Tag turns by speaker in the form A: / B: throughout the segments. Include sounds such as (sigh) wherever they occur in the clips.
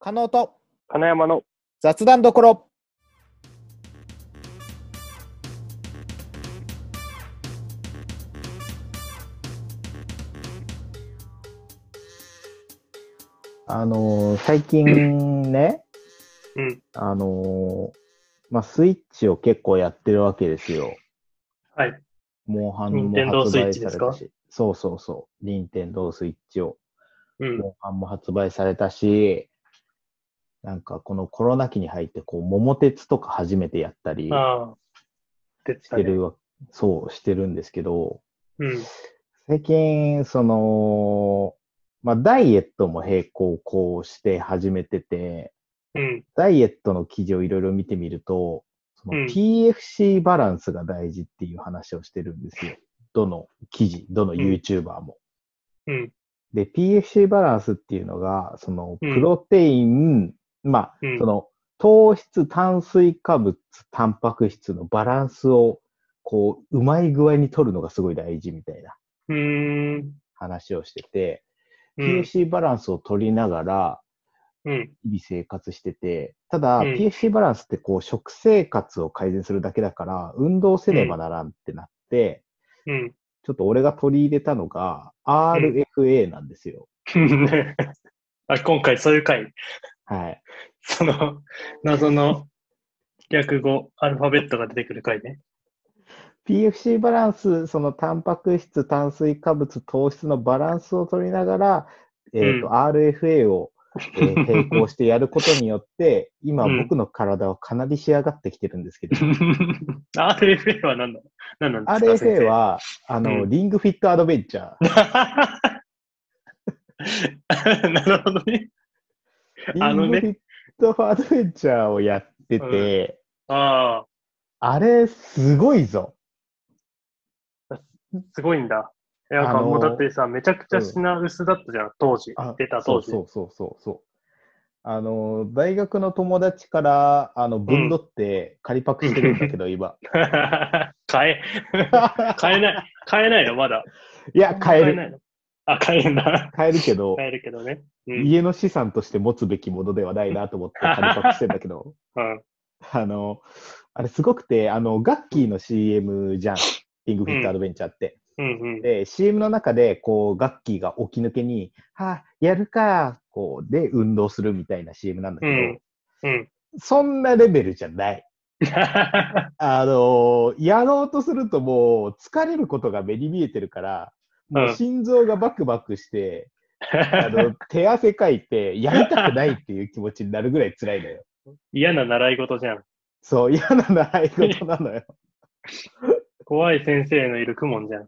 A: 加納と
B: 金山の
A: 雑談どころ。あのー最近ね、
B: うん
A: あのーまあ、スイッチを結構やってるわけですよ。
B: はい。
A: モンハンも
B: 任天堂
A: 発売
B: ス
A: さ
B: イッチで
A: れ
B: す
A: た
B: か
A: し。そうそうそう。任天堂スイッチを。
B: うん
A: モンハンも発売されたし、なんかこのコロナ期に入って、こう、桃鉄とか初めてやったり
B: ああ出て
A: したて
B: ね
A: るわ、そう、してるんですけど、
B: うん
A: 最近、その、まあ、ダイエットも並行こうして始めてて、
B: うん
A: ダイエットの記事をいろいろ見てみると、その
B: うん
A: PFC バランスが大事っていう話をしてるんですよ。どの記事、どの
B: ん
A: YouTuber も。
B: うん
A: で、PFC バランスっていうのが、その、
B: うん
A: プロテイン、まあ、
B: うん
A: その、糖質、炭水化物、タンパク質のバランスを、こう、うまい具合に取るのがすごい大事みたいな
B: うーん
A: 話をしてて、
B: うん
A: PFC バランスを取りながら、
B: うん
A: 日々生活してて、ただ、
B: うん
A: PFC バランスってこう、食生活を改善するだけだから、運動せねばならんってなって、
B: うん
A: ちょっと俺が取り入れたのが、RFA なんですよ。
B: ねあ今回そういう回
A: はい。
B: その謎の略語アルファベットが出てくる
A: (laughs)
B: 回ね
A: PFC バランス、そのタンパク質、炭水化物、糖質のバランスを取りながら、えーと
B: う
A: RFA を、えー
B: (laughs)
A: 並行してやることによって、今、
B: うん
A: 僕の体はかなり仕上がってきてるんですけど、
B: RFA は何なの何なんですか
A: RFA はあの、
B: うん
A: リングフィットアドベンチャー。
B: 先生 (laughs) なるほどね
A: リ
B: (laughs) あの
A: ング
B: ね
A: フィットアドベンチャーをやってて、
B: あ
A: あれ、すごいぞ。
B: あすごいんだいやなんかもうだってさめちゃくちゃ品薄だったじゃん当時
A: あ
B: 出た
A: そ
B: 当
A: う
B: 時
A: そうそうそうそう。あの、大学の友達から、あの、ぶんどって、仮パクしてるんだけ
B: (laughs)
A: ど、今。
B: 買え、 (laughs) 買えない、買えないの、まだ。
A: いや、買える。
B: ないの。あ、買えるんだ。
A: 買えるけど、
B: 買えるけどね。うん。
A: 家の資産として持つべきものではないなと思
B: (laughs)
A: って、仮パクしてんだけど、
B: うん
A: あの、あれすごくて、あの、ガッキーの CM じゃん。リングフィットアドベンチャーって。
B: うん (laughs)
A: で、CM の中で、こう、ガッキーが起き抜けに、はあ、やるか、こう、で、運動するみたいな CM なんだけど、
B: うんうん。うん。
A: そんなレベルじゃない。あのーやろうとするともう、疲れることが目に見えてるから、もううん心臓がバクバクして、あの、手汗かいて、やりたくないっていう気持ちになるぐらい辛いのよ。
B: 嫌な習い事じゃん。
A: そう、嫌な習い事なのよ。
B: 怖い先生のいるクモンじゃん。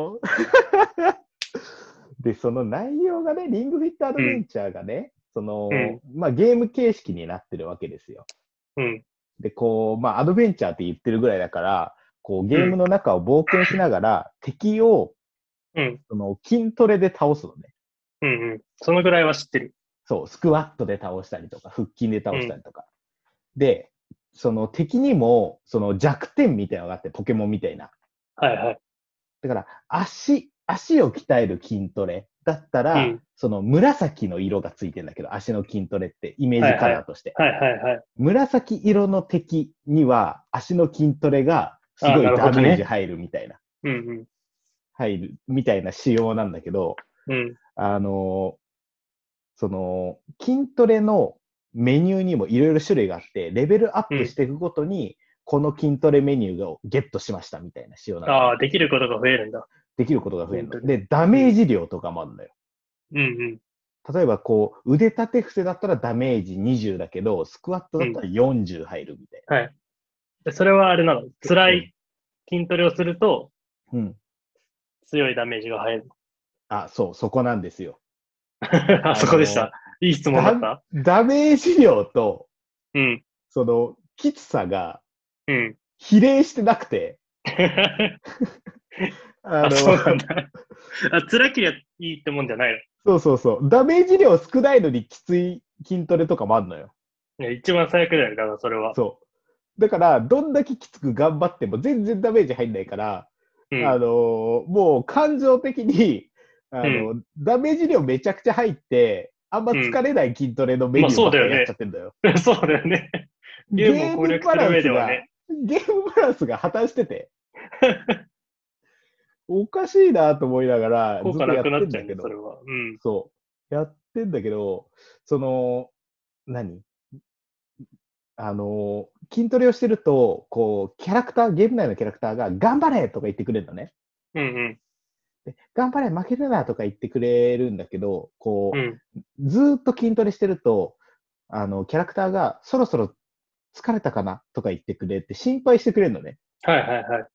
A: そう。 (laughs) で、その内容がね、リングフィットアドベンチャーがね、その、
B: うん
A: まあゲーム形式になってるわけですよ。
B: うん。
A: で、こう、まあアドベンチャーって言ってるぐらいだから、こうゲームの中を冒険しながら、敵を
B: うん。
A: その筋トレで倒すのね。
B: うん。うん。そのぐらいは知ってる。
A: そう、スクワットで倒したりとか、腹筋で倒したりとか。で、その敵にも、その弱点みたいなのがあって、ポケモンみたいな。
B: はいはい。
A: だから、足、足を鍛える筋トレだったら、
B: うん
A: その紫の色がついてんだけど、足の筋トレってイメージカラーとして。
B: はいはいはい。
A: 紫色の敵には、足の筋トレがすごい
B: あなる
A: ダ
B: ほどね
A: メージ入るみたいな、
B: うん
A: 入るみたいな仕様なんだけど、
B: うん。うん。
A: あのーその、筋トレのメニューにもいろいろ種類があって、レベルアップしていくごとに、この筋トレメニューをゲットしましたみたいな仕様なの。
B: ああ、できることが増えるんだ。
A: できることが増えるの。
B: 本当
A: で、ダメージ量とかもあるのよ。
B: うんうん。
A: 例えばこう、腕立て伏せだったらダメージ20だけど、スクワットだったら40入るみたい
B: でそれはあれなの。辛い筋トレをすると
A: な。うん。
B: 強いダメージが入る。
A: あ、そう、そこなんですよ。 (laughs)
B: あそこでした。いい質問だった。
A: ダメージ量と、
B: うん。
A: その、きつさが
B: うん。
A: 比例してなくて、あ
B: あ、
A: の、
B: そうなんだ。あ、辛けりゃいいってもんじゃない
A: そうそうそう。ダメージ量少ないのにきつい筋トレとかもあるのよ。
B: の。いや一番最悪だよ、だからそれは。
A: そう。だから、どんだけきつく頑張っても全然ダメージ入んないから、
B: うん
A: あのもう感情的に、あのダメージ量めちゃくちゃ入って、あんま疲れない筋トレのメニューばっかりやっちゃってんだよ。
B: (laughs) そうだよね。ゲームを攻略する上ではね。
A: ゲームバランスが破綻して
B: (laughs)
A: て、おかしいなと思いながら、ず
B: 効
A: っ
B: 果
A: と
B: な
A: やっ
B: く
A: て
B: なっ
A: ん
B: ちゃう
A: だ
B: ね
A: け、ど
B: それ、は。うん。
A: そう、やってんだけど、その、何あの、筋トレをしてると、こう、キャラクター、ゲーム内のキャラクターが、頑張れとか言ってくれるのね。
B: うん
A: で頑張れ、負けるなとか言ってくれるんだけど、こ
B: うん。
A: う、
B: うん。
A: ずーっと筋トレしてると、あの、キャラクターが、そろそろ疲れたかなとか言ってくれって心配してくれるのね。
B: はいはいはい。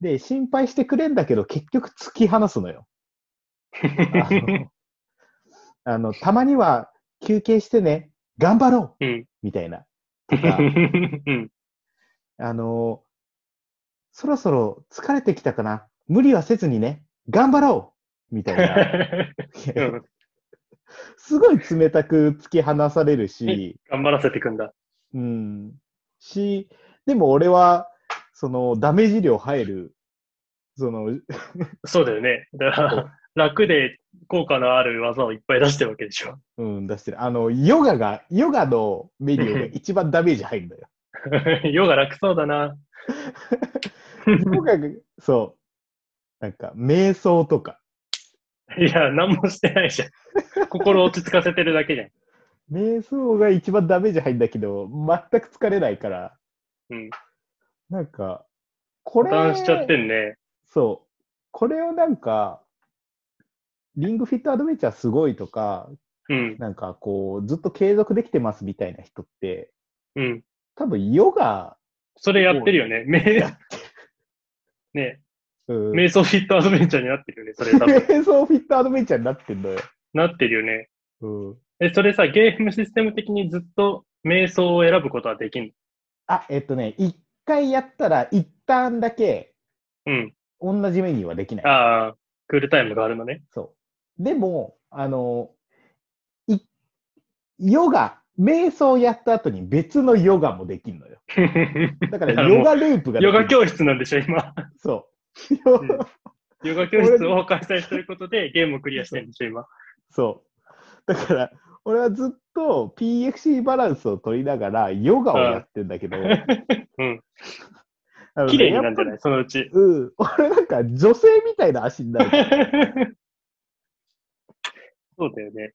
A: で、心配してくれんだけど、結局突き放すのよ。あの (laughs) あの、たまには休憩してね、頑張ろう
B: うん。
A: みたいな。
B: う
A: と
B: (laughs)
A: か、
B: ん。
A: あの、そろそろ疲れてきたかな無理はせずにね、頑張ろうみたいな。
B: (laughs) うん
A: (laughs) すごい冷たく突き放されるし、
B: 頑張らせていくんだ。
A: うん。し、でも俺は、その、ダメージ量入る、その、
B: そうだよね。だから、楽で効果のある技をいっぱい出してるわけでしょ。 (laughs)
A: うん、出してる。あの、ヨガが、ヨガのメニューが一番ダメージ入るんだよ。
B: ヨガ楽そうだな。
A: ヨガが、そう。なんか、瞑想とか。
B: いや、何もしてないじゃん。心落ち着かせてるだけじゃん。
A: 瞑想が一番ダメージ入るんだけど、全く疲れないから、
B: うん。
A: なんか、これ
B: 破、綻しちゃってんね。
A: そう。これをなんか、リングフィットアドベンチャーすごいとか、
B: うん。
A: なんかこう、ずっと継続できてますみたいな人って、
B: うん。
A: 多分ヨガ、
B: そ (laughs) れやってるよね。め
A: やっ
B: ね、
A: うん
B: 瞑想フィットアドベンチャーになって (laughs) るよね。それ多分。
A: 瞑想フィットアドベンチャーになってんのよ。
B: なってるよね。
A: うん。
B: え、それさ、ゲームシステム的にずっと瞑想を選ぶことはできん
A: あ、えっとね、一回やったら、一旦だけ
B: のうん。
A: 同じメニューはできない。
B: ああ、クールタイムがあるの (laughs) ね。
A: そう。でも、あの、い、ヨガ、瞑想やった後に別のヨガもできるのよ。だか
B: だから (laughs) らもう
A: ヨガループができ
B: ヨ
A: る
B: ガ教室なんでしょ、 (laughs) 今。
A: そう。ヨ
B: うんヨガ教室を開催することでゲームをクリアしてるんでしょ、今。
A: (laughs) そう。だから、俺はずっと PFC バランスを取りながらヨガをやってんだけど、
B: うん。
A: (laughs) あのね
B: 綺麗になるんじ
A: やっぱ
B: ゃないそのうち
A: り。うん。俺なんか女性みたいな足になる
B: そうだよね。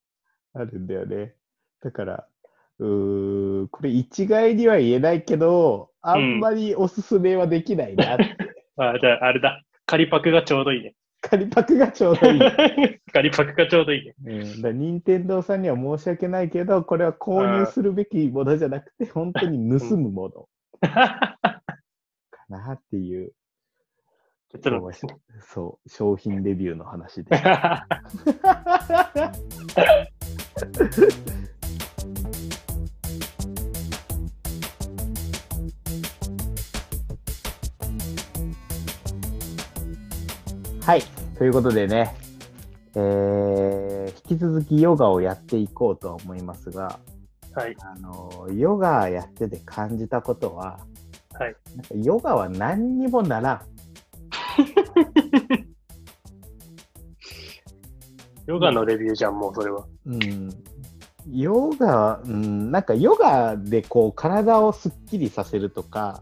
A: あるんだよね。だから、うーん、これ一概には言えないけど、あんまりおすすめはできないな (laughs) って。
B: あじゃあ、あれだ。仮パクがちょうどいいね。 (laughs)
A: カリパクがちょうどいい。
B: 仮パクがちょうどいいね。 (laughs)
A: うん、だ任天堂さんには申し訳ないけど、これは購入するべきものじゃなくて、本当に盗むものかなっていう、
B: 結論ですね。
A: そう、商品レビューの話で。 (laughs) はい、ということでね、えー引き続きヨガをやっていこうとは思いますが、
B: はい。
A: あのヨガやってて感じたことは、
B: はい
A: なんかヨガは何にもならん。
B: ヨガのレビューじゃん、もうそれは。
A: うん、ヨガ、うん、なんかヨガでこう体をすっきりさせるとか、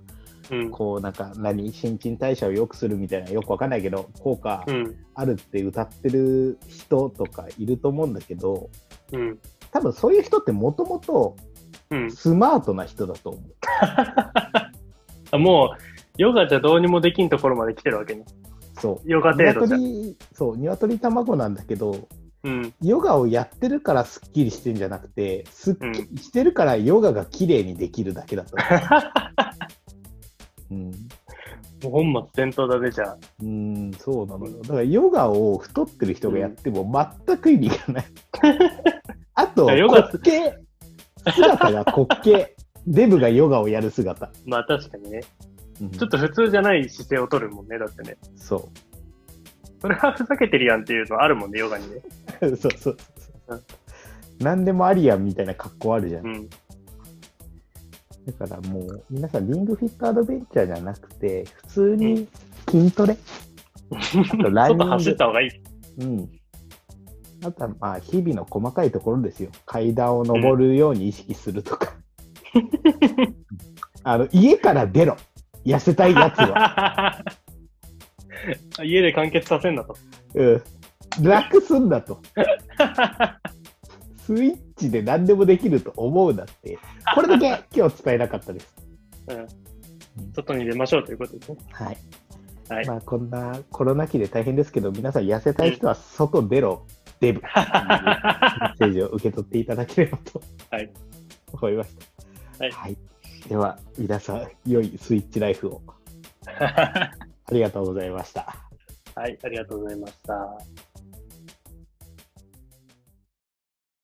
B: うん。
A: こうなんか何、新陳代謝を良くするみたいな、よくわかんないけど、効果
B: うん。
A: あるって歌ってる人とかいると思うんだけど、
B: うん。
A: 多分そういう人ってもともと
B: うん。
A: スマートな人だと思う。
B: あもう、ヨガじゃどうにもできんところまで来てるわけね。
A: そう。
B: ヨガ程度じゃ。
A: 鶏、そう、鶏卵なんだけど、
B: うん。
A: ヨガをやってるからスッキリしてんじゃなくて、スッキリしてるからヨガが綺麗にできるだけだと思う。
B: もう本末転倒だね、じゃあ。
A: うん、うんそうなのよ。だからヨガを太ってる人がやっても全く意味がない。あと、
B: いやヨガ
A: 滑稽。姿が滑稽。デブがヨガをやる姿。
B: まあ確かにね。
A: うん
B: ちょっと普通じゃない姿勢を取るもんね、だってね。
A: そ
B: それはふざけてるやんっていうのあるもんね、ヨガにね。
A: う。そうそうそうそう。なんでもありやんみたいな格好あるじゃん
B: う。ん。
A: だからもう、皆さん、リングフィットアドベンチャーじゃなくて、普通に筋トレ、
B: ちょ
A: ランニング
B: っと走った方がいい。
A: うん、あとはまあ日々の細かいところですよ。階段を上るように意識するとか。あの家から出ろ、痩せたいやつ
B: (laughs)
A: は。
B: (laughs) 家で完結させんだと。
A: うん、楽すんだと。スイッチで何でもできると思うなって、これだけ今日伝えなかったです。
B: うん、外に出ましょうということですね。
A: はい。
B: はい
A: まあこんなコロナ禍で大変ですけど、皆さん痩せたい人は外出ろ、デ
B: (laughs)
A: ブ。メッセージを受け取っていただければと
B: はい
A: 思いました。
B: はい
A: では、皆さん、良いスイッチライフ
B: (laughs)
A: を。
B: は
A: ありがとうございました。
B: い、ありがとうございました。